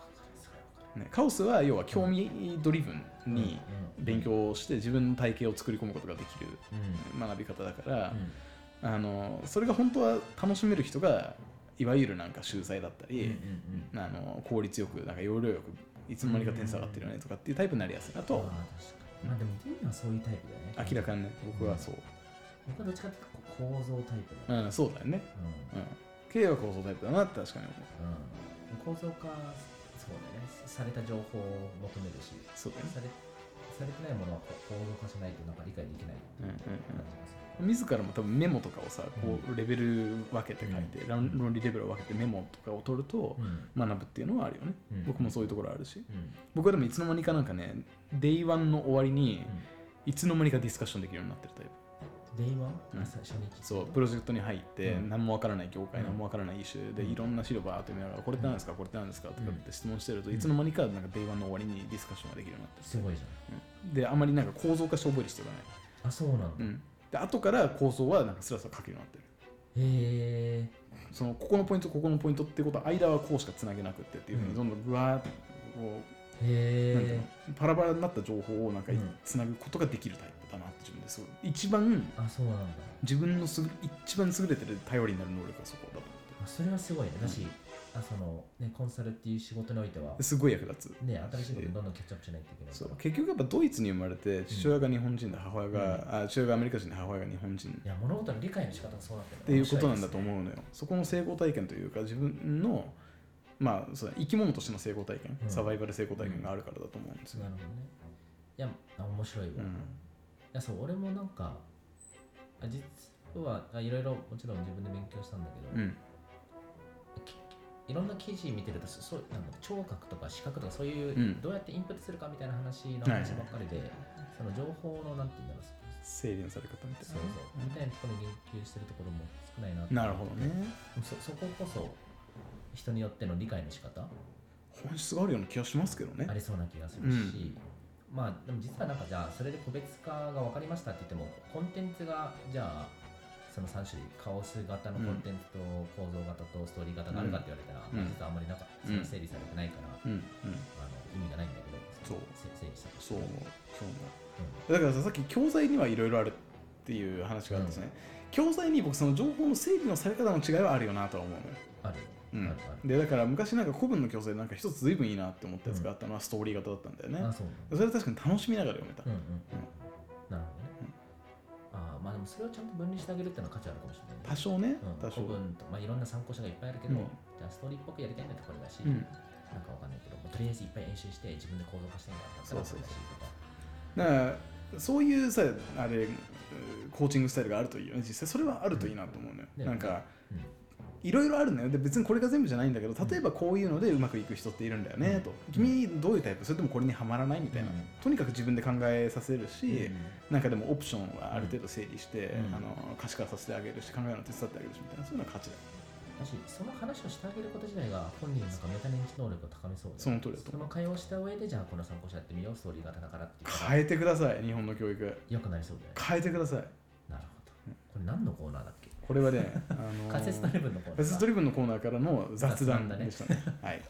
Speaker 2: は分から
Speaker 1: ねカオスは要は興味ドリブン
Speaker 2: る
Speaker 1: に
Speaker 2: うん
Speaker 1: 勉強をして自分の体型を作り込むことができる
Speaker 2: うん
Speaker 1: 学び方だから
Speaker 2: うんうん
Speaker 1: あのそれが本当は楽しめる人がいわゆるなんか秀才だったり、
Speaker 2: うんうん
Speaker 1: あの効率よくなんか要領よくいつの間にか点数上がってるよねとかっていうタイプになりやすいな
Speaker 2: ああ
Speaker 1: と、
Speaker 2: 確かにまあでもディーンはそういうタイプだよね
Speaker 1: 明らかにね僕はそう、
Speaker 2: 僕はどっちかっていうとこ構造タイプだ
Speaker 1: う
Speaker 2: ね
Speaker 1: ん、そうだよね、
Speaker 2: うん
Speaker 1: うん、K は構造タイプだなって確かに思う
Speaker 2: うん構造化そうだねされた情報を求めるし
Speaker 1: そうだよね
Speaker 2: されされてないものは構造化しないとなんか理解でき
Speaker 1: うんう
Speaker 2: ない
Speaker 1: ん
Speaker 2: 感じが
Speaker 1: う
Speaker 2: する
Speaker 1: ん自らも多分メモとかをさこうレベル分けて書いて、論論理レベルを分けてメモとかを取ると
Speaker 2: うん
Speaker 1: 学ぶっていうのはあるよね、
Speaker 2: うん
Speaker 1: 僕もそういうところあるし
Speaker 2: うん
Speaker 1: 僕はでもいつの間にかなんかね Day1 の終わりに
Speaker 2: うん
Speaker 1: いつの間にかディスカッションできるようになってるタイプ
Speaker 2: デイワン
Speaker 1: うん
Speaker 2: 朝初日
Speaker 1: そうプロジェクトに入って、
Speaker 2: うん
Speaker 1: 何もわからない業界、
Speaker 2: うん
Speaker 1: 何もわからないイシューで、
Speaker 2: うん
Speaker 1: いろんな資料バーって見ながらこれって何ですか、これって何ですかとかって質問してると、
Speaker 2: うん
Speaker 1: いつの間にかなんか Day1 の終わりにディスカッションができるようになって
Speaker 2: すごいじ
Speaker 1: る、うんであまりなんか構造化して覚える必要がない、
Speaker 2: ゃんあそうなん
Speaker 1: う
Speaker 2: だへ
Speaker 1: ん、で後から構想はなんかスラスラ書けるようになってる
Speaker 2: え
Speaker 1: そのここのポイントここのポイントってことは間はこうしかつなげなくってっていうふう
Speaker 2: う
Speaker 1: に
Speaker 2: ん
Speaker 1: どんどんぐわーっとこ
Speaker 2: へ
Speaker 1: う、なんていう
Speaker 2: え
Speaker 1: のパラパラになった情報をなんか
Speaker 2: うん
Speaker 1: つなぐことができるタイプだなって自分ですごい一番
Speaker 2: あそうなんだ
Speaker 1: 自分のすぐ一番優れてる頼りになる能力はそこだと思ってる
Speaker 2: あそれはすごいねだしあそのねコンサルっていう仕事においては
Speaker 1: すごい役立つ
Speaker 2: ね新しいことにどんどんキャッチアップしないといけないか
Speaker 1: そ
Speaker 2: ら
Speaker 1: う結局やっぱドイツに生まれて父親が日本人で母親が、あ父親がアメリカ人で母親が日本人っ
Speaker 2: いや物事の理解の仕方がそうなってるって
Speaker 1: いうことなんだと思うのよ、そこの成功体験というか自分のまあそう生き物としての成功体験、
Speaker 2: うん
Speaker 1: サバイバル成功体験があるからだと思うんですよ、
Speaker 2: なるほどねいやあ面白いわ、
Speaker 1: うん
Speaker 2: いやそう俺もなんかあ実はあいろいろもちろん自分で勉強したんだけど、
Speaker 1: うん
Speaker 2: きいろんな記事見てるとそそうなんか聴覚とか視覚とかそういう、
Speaker 1: うん
Speaker 2: どうやってインプットするかみたいな話の
Speaker 1: はいはい
Speaker 2: 話ばっかりで、その情報のなんて言うんだろう
Speaker 1: 整理のされ方みたい
Speaker 2: そうそうみたいなところに言及してるところも少ないなって
Speaker 1: ななるほどね
Speaker 2: そそここそ人によっての理解の仕方
Speaker 1: 本質があるような気がしますけどね
Speaker 2: ありそうな気がするし、まあでも実はなんかじゃあそれで個別化が分かりましたって言ってもコンテンツがじゃあその3種類カオス型のコンテンツと構造型とストーリー型があるかって言われたら、
Speaker 1: うん
Speaker 2: まあ実はあんまりなんかそ
Speaker 1: うん
Speaker 2: の整理されてないから、
Speaker 1: うんうん
Speaker 2: あの意味がないんだけ
Speaker 1: そ
Speaker 2: ど
Speaker 1: う
Speaker 2: せ整理したとして
Speaker 1: そう
Speaker 2: も、
Speaker 1: そうなんだ
Speaker 2: う
Speaker 1: だからささっき教材にはいろいろあるっていう話があったんですね、教材に僕その情報の整理のされ方の違いはあるよなとは思うのよ
Speaker 2: ん、ある、
Speaker 1: うん
Speaker 2: あるある
Speaker 1: でだから昔なんか古文の教材でなんか一つずいぶんいいなって思ったやつがあったのはストーリー型だったんだよね、
Speaker 2: あそ
Speaker 1: そ
Speaker 2: う
Speaker 1: れは確かに楽しみながら読めた、
Speaker 2: うんうんなるほどね、あーまあでもそれをちゃんと分離してあげるっていうのは価値あるかもしれないね
Speaker 1: 多少ね、
Speaker 2: うん、
Speaker 1: 多少
Speaker 2: 古文と、まあ、いろんな参考書がいっぱいあるけ
Speaker 1: う
Speaker 2: ど、
Speaker 1: ん
Speaker 2: じゃあストーリーっぽくやりたいんだったらこれだし、
Speaker 1: うん
Speaker 2: なんかわかんないけど、もうとりあえずいっぱい演習して自分で構造化したいんだったら
Speaker 1: そうそう
Speaker 2: これだしとか
Speaker 1: だからそういうさあれコーチングスタイルがあるといいよね実際それはあるといいなと思うのよ、
Speaker 2: うん
Speaker 1: なんか
Speaker 2: うん
Speaker 1: いろいろあるんだよで別にこれが全部じゃないんだけど例えばこういうのでうまくいく人っているんだよね、
Speaker 2: うん
Speaker 1: と君どういうタイプそれともこれにはまらないみたいな、
Speaker 2: うん
Speaker 1: とにかく自分で考えさせるし、
Speaker 2: うん
Speaker 1: なんかでもオプションはある程度整理して、
Speaker 2: うん
Speaker 1: あの可視化させてあげるし考えるの手伝ってあげるしみたいなそういうのは勝ちだよ
Speaker 2: だしその話をしてあげること自体が本人のなんかメタ認知能力を高めそうで
Speaker 1: その通りだと
Speaker 2: そ
Speaker 1: 思う
Speaker 2: の会話をした上でじゃあこの参考書やってみようストーリー型だからっていう
Speaker 1: 変えてください日本の教育
Speaker 2: 良くなりそうだよね
Speaker 1: 変えてください
Speaker 2: なるほどこれ何のコーナーだっけ
Speaker 1: これは *laughs* ねあの
Speaker 2: 仮説ドリブンのコーナー
Speaker 1: 仮説ドリブンのコーナーからの雑談
Speaker 2: 雑談だね
Speaker 1: でしたねはい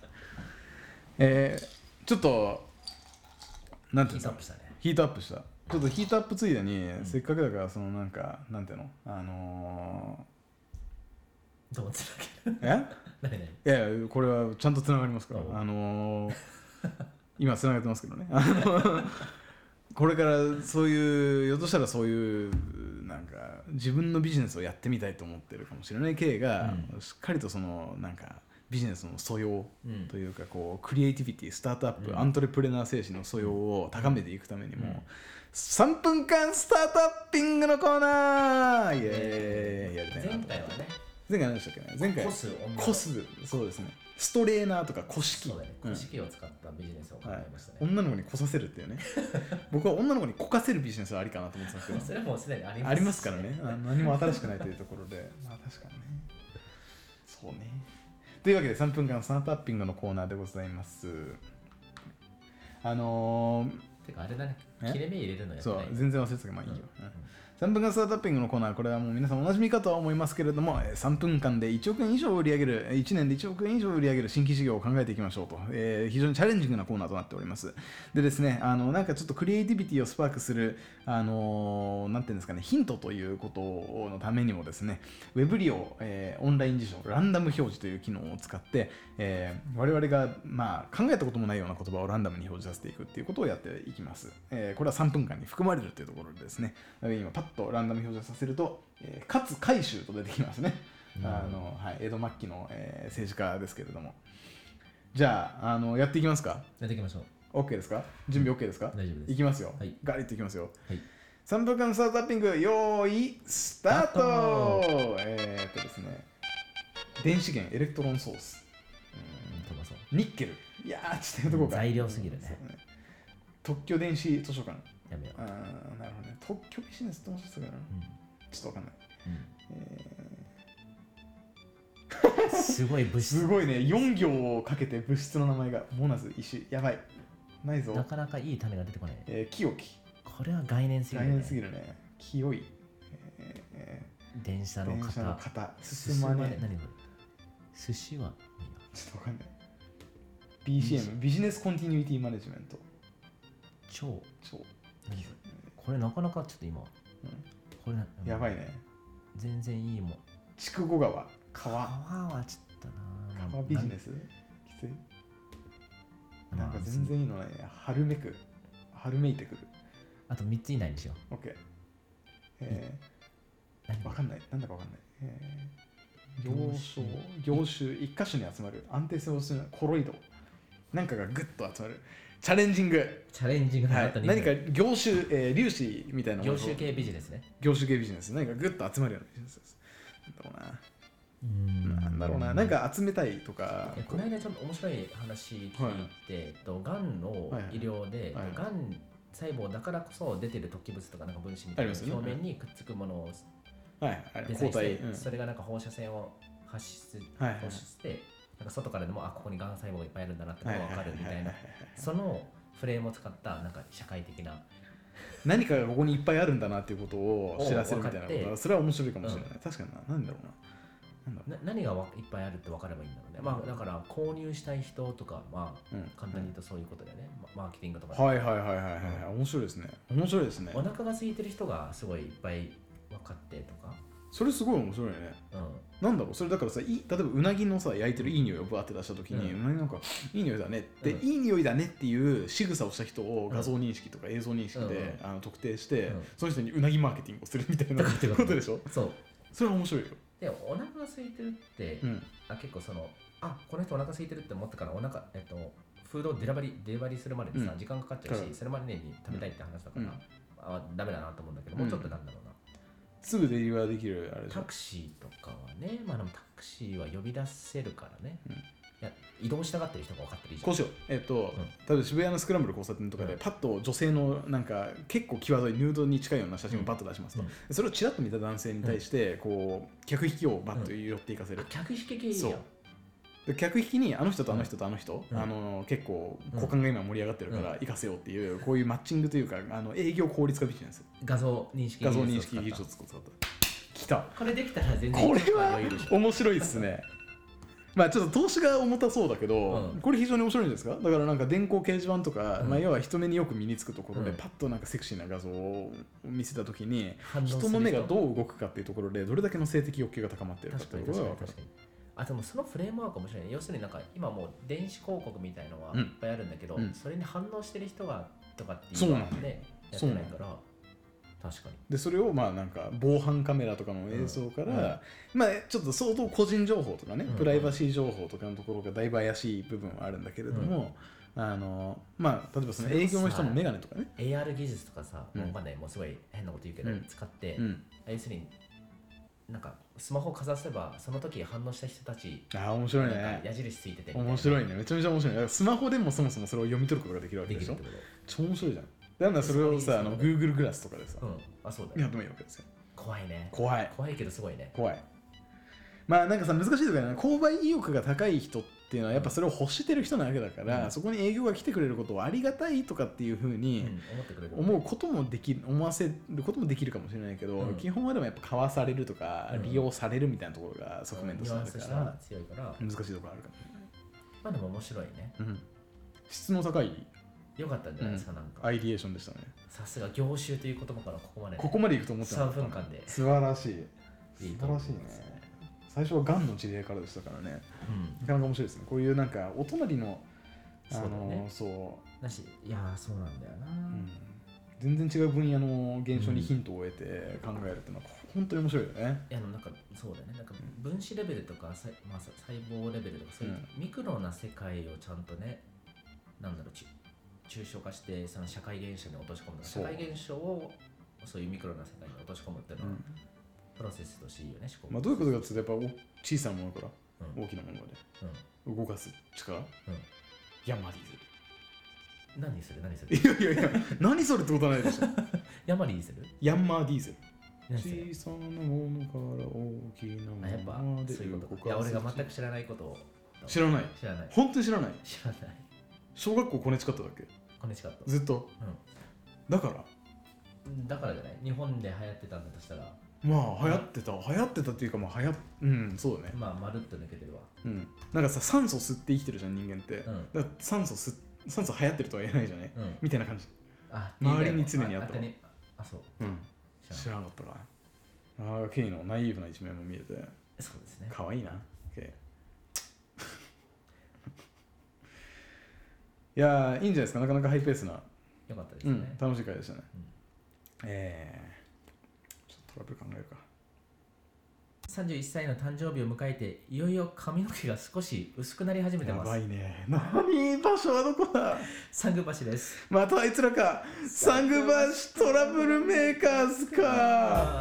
Speaker 1: えー、ちょっとなんて
Speaker 2: キ
Speaker 1: いう
Speaker 2: ーズア
Speaker 1: の
Speaker 2: ップしたね
Speaker 1: ヒートアップしたちょっとヒートアップついでに、
Speaker 2: ん
Speaker 1: せっかくだからそのなんかなんていうのあの
Speaker 2: どうつなげる
Speaker 1: ー、え
Speaker 2: 何何
Speaker 1: いやいやこれはちゃんとつながりますから、
Speaker 2: うん
Speaker 1: あのー *laughs* 今つながってますけどねあのこれからそういうよとしたらそういうなんか自分のビジネスをやってみたいと思ってるかもしれない系が、しっかりとそのなんかビジネスの素養
Speaker 2: うん
Speaker 1: というかこうクリエイティビティスタートアップ、
Speaker 2: うん
Speaker 1: アントレプレナー精神の素養を高めていくためにも、
Speaker 2: うん
Speaker 1: 3分間スタートアッピングのコーナーイエーイやりたいな
Speaker 2: 前回はね
Speaker 1: 前回何でしたっけね前回
Speaker 2: コス女
Speaker 1: コスそうですねストレーナーとか古式
Speaker 2: そうだね古式を使ったビジネスを考
Speaker 1: うんはい
Speaker 2: えましたね、
Speaker 1: 女の子にこさせるっていう
Speaker 2: *laughs*
Speaker 1: ね僕は女の子にこかせるビジネスはありかなと思ってたんです
Speaker 2: そ
Speaker 1: け
Speaker 2: れもうすでにあり
Speaker 1: ど
Speaker 2: *laughs* ます
Speaker 1: ありますからねあ何も新しくないというところで *laughs* まあ確かにねそうねというわけで3分間スタートアッピングのコーナーでございますあのー、
Speaker 2: てかあれだね
Speaker 1: え
Speaker 2: 切れ目入れるのやって
Speaker 1: そ
Speaker 2: ないうね
Speaker 1: 全然忘れてたけどまあいいよ、
Speaker 2: うんうん
Speaker 1: 3分間スタートアッピングのコーナーこれはもう皆さんおなじみかとは思いますけれどもえー3分間で1億円以上を売り上げる1年で1億円以上を売り上げる新規事業を考えていきましょうと、えー非常にチャレンジングなコーナーとなっておりますでですねあのなんかちょっとクリエイティビティをスパークするあのーなんていうんですかねヒントということのためにもですね Web 利用、えーオンライン辞書ランダム表示という機能を使って、えー我々が、まあ、考えたこともないような言葉をランダムに表示させていくっていうことをやっていきます、えーこれは3分間に含まれるというところでですねなので今パッとランダム表示させると、えー、かつ回収と出てきますね、
Speaker 2: うん
Speaker 1: あのはい、江戸末期の、えー政治家ですけれどもじゃああのやっていきますか
Speaker 2: やっていきましょう
Speaker 1: OK ですか準備 OK ですか、
Speaker 2: 大丈夫です
Speaker 1: いきますよ、
Speaker 2: はい
Speaker 1: ガリッといきますよ
Speaker 2: はい
Speaker 1: 3分間スタートアッピング用意スタート
Speaker 2: スター
Speaker 1: えー、っとですね電子源エレクトロンソース
Speaker 2: 飛ばそう
Speaker 1: ニッケルいやーちょっとやっとこうか
Speaker 2: 材料すぎるね
Speaker 1: そう特許電子図書館
Speaker 2: やめよう
Speaker 1: あーなるほどね特許ビジネスどうしたかな
Speaker 2: う
Speaker 1: ちょっとわかんない
Speaker 2: んうんすごい物
Speaker 1: す
Speaker 2: 質
Speaker 1: ごいね4行をかけて物質の名前がモナズ石やばいないぞ
Speaker 2: *laughs* なかなかいい種が出てこない
Speaker 1: えー、清き
Speaker 2: これは概念すぎ
Speaker 1: 概
Speaker 2: るね
Speaker 1: 念すぎるね清い、えーえ
Speaker 2: 電車
Speaker 1: ー
Speaker 2: の
Speaker 1: 電車の
Speaker 2: 型
Speaker 1: 型進
Speaker 2: 進
Speaker 1: ま
Speaker 2: ま
Speaker 1: ね
Speaker 2: ね
Speaker 1: え
Speaker 2: 何これ寿司は
Speaker 1: ちょっとわかんない BCM ビジネスコンティニュイティマネジメント
Speaker 2: 超
Speaker 1: 超、
Speaker 2: 何これこれなかなかちょっと今こ
Speaker 1: うん
Speaker 2: れな
Speaker 1: やばいね
Speaker 2: 全然いいもん
Speaker 1: 筑後川川
Speaker 2: 川はちょっとな
Speaker 1: 川ビジネスきついなんか全然いいのないね春めく春めいてくる
Speaker 2: あと3つ以内にしよ
Speaker 1: OK え
Speaker 2: う何
Speaker 1: ー、わかんないなんだかわかんないえー行商業種一箇所に集まる安定性をするコロイドなんかがグッと集まるチャレンジング、
Speaker 2: チャレンジング
Speaker 1: は
Speaker 2: ない後、に
Speaker 1: 何か業種、えー、粒子みたいなもの
Speaker 2: 業
Speaker 1: を
Speaker 2: 種系ビジネスね
Speaker 1: 業種系ビジネス何かグッと集まるようなビジネスですなんだろ
Speaker 2: う
Speaker 1: うななんだろうななんか集めたいとか
Speaker 2: いやこの間ちょっと面白い話聞いて、えっとがんの
Speaker 1: はいはい
Speaker 2: 医療で、
Speaker 1: はい
Speaker 2: がん細胞だからこそ出てる突起物とかなんか分子みたい
Speaker 1: あり
Speaker 2: な
Speaker 1: ますよね
Speaker 2: 表面にくっつくものを
Speaker 1: はいあれ
Speaker 2: デザイ
Speaker 1: 抗
Speaker 2: ンして、
Speaker 1: 体、うん
Speaker 2: それがなんか放射線を発出
Speaker 1: はいはい
Speaker 2: 放出してなんか外からでもあここにがん細胞がいっぱいあるんだなっての
Speaker 1: は
Speaker 2: が
Speaker 1: いはい
Speaker 2: 分かるみたいなそのフレームを使ったなんか社会的な
Speaker 1: 何かがここにいっぱいあるんだなっていうことを知らせるみたいなこ
Speaker 2: お分
Speaker 1: と
Speaker 2: かっ
Speaker 1: は
Speaker 2: て
Speaker 1: それは面白いかもしれない、確かにな何だろうな何だろ
Speaker 2: な何がわいっぱいあるって分かればいいんだろうねまあだから購入したい人とかまあ
Speaker 1: う、うん、
Speaker 2: 簡単に言うとそういうことだよね、まマーケティングとかで、
Speaker 1: はいはいはいはいはい、面白いですね面白いですね
Speaker 2: お腹が空いてる人がすごいいっぱい分かってとか、
Speaker 1: それすごい面白いね
Speaker 2: うん、
Speaker 1: なんだろうそれだからさい例えばうなぎのさ焼いてるいい匂いをぶわって出した時に、う
Speaker 2: う
Speaker 1: なぎなんかいい匂いだねって、
Speaker 2: うん
Speaker 1: いい匂いだねっていう仕草をした人を画像認識とか映像認識で、
Speaker 2: う
Speaker 1: あの特定して、
Speaker 2: うん
Speaker 1: その人にうなぎマーケティングをするみたいな
Speaker 2: とかってこと
Speaker 1: ことでしょ
Speaker 2: そう
Speaker 1: それは面白いよ、
Speaker 2: でお腹が空いてるって、
Speaker 1: うん、
Speaker 2: あ結構そのあこの人お腹空いてるって思ったからお腹えっとフードをデリバリデリバリするまでにさ、
Speaker 1: うん
Speaker 2: 時間かかっちゃうし、
Speaker 1: はい
Speaker 2: それまでに食べたいって話だから、
Speaker 1: うん
Speaker 2: あダメだなと思うんだけど、
Speaker 1: うん
Speaker 2: もうちょっとなんだろうな
Speaker 1: すぐデリバーできるあれでし
Speaker 2: タ
Speaker 1: ょ
Speaker 2: クシーとかはねまあでもタクシーは呼び出せるからね、
Speaker 1: うん
Speaker 2: いや移動したがってる人が分かってるじゃ
Speaker 1: こ
Speaker 2: ん
Speaker 1: うしようえっ、と、例えば渋谷のスクランブル交差点とかで、
Speaker 2: うん
Speaker 1: パッと女性のなんか結構際どいヌードに近いような写真をバッと出しますと、
Speaker 2: うん
Speaker 1: それをちらっと見た男性に対して、こう客引きをバッと寄っていかせる
Speaker 2: あ、客引き系いい
Speaker 1: そ
Speaker 2: よ
Speaker 1: うで客引きにあの人とあの人とあの人、
Speaker 2: うん
Speaker 1: あの結構
Speaker 2: うん
Speaker 1: 股間が今盛り上がってるから行かせようっていう、こういうマッチングというかあの営業効率化ビジネス
Speaker 2: 画像認識
Speaker 1: 画像認識技
Speaker 2: 技術
Speaker 1: 術
Speaker 2: を
Speaker 1: を
Speaker 2: 使
Speaker 1: 使
Speaker 2: っ
Speaker 1: った来た
Speaker 2: たこれできたら全然
Speaker 1: これ
Speaker 2: あ
Speaker 1: は
Speaker 2: り得るでしょ
Speaker 1: 面白いですね *laughs* まあちょっと投資が重たそうだけど、
Speaker 2: うん
Speaker 1: これ非常に面白いんですかだからなんか電光掲示板とか、
Speaker 2: うん
Speaker 1: まあ、要は人目によく身につくところで
Speaker 2: うん
Speaker 1: パッとなんかセクシーな画像を見せた時に
Speaker 2: 反応する
Speaker 1: 人の目がどう動くかっていうところでどれだけの性的欲求が高まっているかっ
Speaker 2: 確
Speaker 1: て
Speaker 2: か
Speaker 1: い
Speaker 2: に
Speaker 1: うこ
Speaker 2: 確
Speaker 1: とが分か
Speaker 2: かに
Speaker 1: る
Speaker 2: 確かにあでもそのフレームワーク面白いね要するになんか今もう電子広告みたいのは
Speaker 1: うん
Speaker 2: いっぱいあるんだけど、
Speaker 1: うん
Speaker 2: それに反応してる人がとかってい
Speaker 1: そうう
Speaker 2: の
Speaker 1: な
Speaker 2: は
Speaker 1: の
Speaker 2: ねやっ
Speaker 1: そ
Speaker 2: て
Speaker 1: うな
Speaker 2: な
Speaker 1: の
Speaker 2: いから確かに
Speaker 1: でそれをまあなんか防犯カメラとかの映像から、まあちょっと相当個人情報とかね、
Speaker 2: うん
Speaker 1: プライバシー情報とかのところがだいぶ怪しい部分はあるんだけれども、あのまあ例えばその営業の人の眼鏡とかね、
Speaker 2: AR 技術とかさ、
Speaker 1: うん
Speaker 2: もうわかんないもうすごい変なこと言うけど、
Speaker 1: うん
Speaker 2: 使って、
Speaker 1: うん、
Speaker 2: 要するになんかスマホかざせばその時反応した人たち
Speaker 1: ああ面白い
Speaker 2: なんか
Speaker 1: ね
Speaker 2: 矢印ついててみたいな
Speaker 1: 面白いねめちゃめちゃ面白いだからスマホでもそもそもそれを読み取ることができるわけ
Speaker 2: で
Speaker 1: で
Speaker 2: き
Speaker 1: し
Speaker 2: るっ
Speaker 1: ょ
Speaker 2: てこ
Speaker 1: 超面白いじゃんなんだそれをさあの Google グラスとかでさ、
Speaker 2: とうんあそうだ
Speaker 1: や
Speaker 2: ね
Speaker 1: ってもいいわけですよ
Speaker 2: 怖いね
Speaker 1: 怖い
Speaker 2: 怖いけどすごいね
Speaker 1: 怖いまあなんかさ難しいところね購買意欲が高い人っていうのはやっぱそれを欲してる人なわけだから、
Speaker 2: うん
Speaker 1: そこに営業が来てくれることをありがたいとかっていうふう
Speaker 2: うん
Speaker 1: に
Speaker 2: 思ってくれる
Speaker 1: 思うこともできる思わせることもできるかもしれないけど、
Speaker 2: うん
Speaker 1: 基本はでもやっぱ買わされるとか、
Speaker 2: うん
Speaker 1: 利用されるみたいなところが側面と
Speaker 2: ニ
Speaker 1: して
Speaker 2: ュア
Speaker 1: あ
Speaker 2: ン
Speaker 1: る
Speaker 2: ス
Speaker 1: か
Speaker 2: したのが
Speaker 1: ら
Speaker 2: 強いから
Speaker 1: 難しいところあるか
Speaker 2: まあでも面白いね
Speaker 1: も、うん、質の高い
Speaker 2: よかったんじゃないですか、なんか
Speaker 1: アイディエーションでしたね
Speaker 2: さすが業種という言葉からここまで
Speaker 1: ここまでいくと思ってなかった
Speaker 2: 3分間で
Speaker 1: 素晴らしい素
Speaker 2: いい
Speaker 1: 晴
Speaker 2: と思
Speaker 1: ら
Speaker 2: い
Speaker 1: しいね
Speaker 2: ますね
Speaker 1: 最初はがんの事例からでしたからね
Speaker 2: う
Speaker 1: な
Speaker 2: ん
Speaker 1: かなか面白いですね。こういうなんかお隣の、あ
Speaker 2: そうだね
Speaker 1: のそう,、
Speaker 2: なしいやーそうなんだよな、
Speaker 1: うん、全然違う分野の現象にヒントを得て考えるっていうのは本当に面白いよね。
Speaker 2: いやでもなんかそうだねなんか分子レベルとか細,、まあ、さ細胞レベルとかそういう
Speaker 1: うん
Speaker 2: ミクロな世界をちゃんとねなんだろうち抽象化してその社会現象に落とし込むとか社
Speaker 1: そう
Speaker 2: 会現象をそういうミクロな世界に落とし込むっていう
Speaker 1: う
Speaker 2: のは
Speaker 1: ん
Speaker 2: プロセスとしていいよね思考
Speaker 1: まあ、どういうことかっていうとやっぱお小さなものから
Speaker 2: うん
Speaker 1: 大きなものまで動かす力、山リ
Speaker 2: うん、何する何す
Speaker 1: ーゼ
Speaker 2: る
Speaker 1: ル。いやいやいや、何それってことはないで
Speaker 2: *laughs*
Speaker 1: しょ。
Speaker 2: ヤマリーする
Speaker 1: ヤンマーディーゼル。
Speaker 2: 何す
Speaker 1: 小
Speaker 2: る
Speaker 1: さなものから大きなも
Speaker 2: あやっぱ
Speaker 1: のまで
Speaker 2: そういう
Speaker 1: 動か
Speaker 2: こと
Speaker 1: す
Speaker 2: かいや俺が全く知らないことを
Speaker 1: 知らない。
Speaker 2: 知らない *laughs*
Speaker 1: 本当に知らない。
Speaker 2: 知らない
Speaker 1: 小学校コネチカットだっけ
Speaker 2: コネチカット
Speaker 1: ずっと。
Speaker 2: うん
Speaker 1: だから
Speaker 2: だからじゃない日本で流行ってたんだとしたら
Speaker 1: まあ流行ってた、流行ってたっていうかまあ流行っうんそうだね、
Speaker 2: まあまるっと抜けてるわ
Speaker 1: うん、なんかさ酸素吸って生きてるじゃん人間って、
Speaker 2: うん
Speaker 1: だから酸素吸っ酸素流行ってるとは言えないじゃね、
Speaker 2: うん
Speaker 1: みたいな感じ、
Speaker 2: あ
Speaker 1: 周りに常にあったわ
Speaker 2: 当にあそう
Speaker 1: うん、
Speaker 2: 知ら
Speaker 1: 知
Speaker 2: ない
Speaker 1: らなかったかああケイのナイーブな一面も見えて
Speaker 2: そうですね
Speaker 1: 可愛いなケイ *laughs* いやーいいんじゃないですかなかなかハイペースな、
Speaker 2: よかったです
Speaker 1: う
Speaker 2: ね、
Speaker 1: ん、楽しい回でしたね、
Speaker 2: うん
Speaker 1: えー、ちょっとトラブル考えるか
Speaker 2: 31歳の誕生日を迎えていよいよ髪の毛が少し薄くなり始めて
Speaker 1: や
Speaker 2: ま
Speaker 1: ば
Speaker 2: す
Speaker 1: いね何場所はどこだ
Speaker 2: 三宮橋です
Speaker 1: またあいつらかサングバシトラブルメーカーズか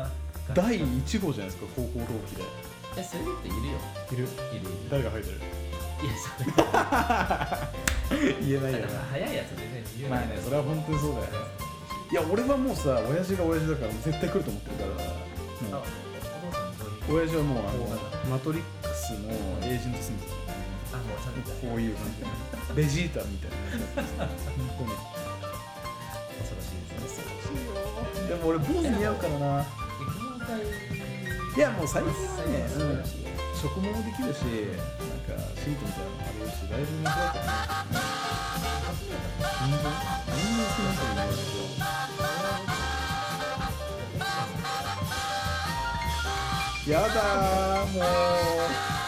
Speaker 2: あー
Speaker 1: 第1号じゃないですか高校同期で
Speaker 2: えそういう人いるよ
Speaker 1: いる
Speaker 2: いるいる
Speaker 1: 誰が入ってる
Speaker 2: いやそれだ
Speaker 1: 言えないよ
Speaker 2: から
Speaker 1: な
Speaker 2: 早いやつでね自由
Speaker 1: まあねそれは本当にそうだよねいや俺はもうさ親父が親父だから絶対来ると思ってるから
Speaker 2: あ
Speaker 1: も
Speaker 2: お父さんどう
Speaker 1: う
Speaker 2: いう
Speaker 1: 親父はもうあ
Speaker 2: こ
Speaker 1: のマトリックスのエージェントスミス
Speaker 2: あもうちゃんと
Speaker 1: こういう感じでベジータみたいな *laughs* 本
Speaker 2: 恐ろしいですね
Speaker 1: 当にでも俺坊主似合うからな
Speaker 2: 芸能界
Speaker 1: いやもう最近はね
Speaker 2: 素晴らしい
Speaker 1: 食もできるしなんかシートみたいなのもあるしだいぶ面白いからね人間人間好きなんだよねやだーもう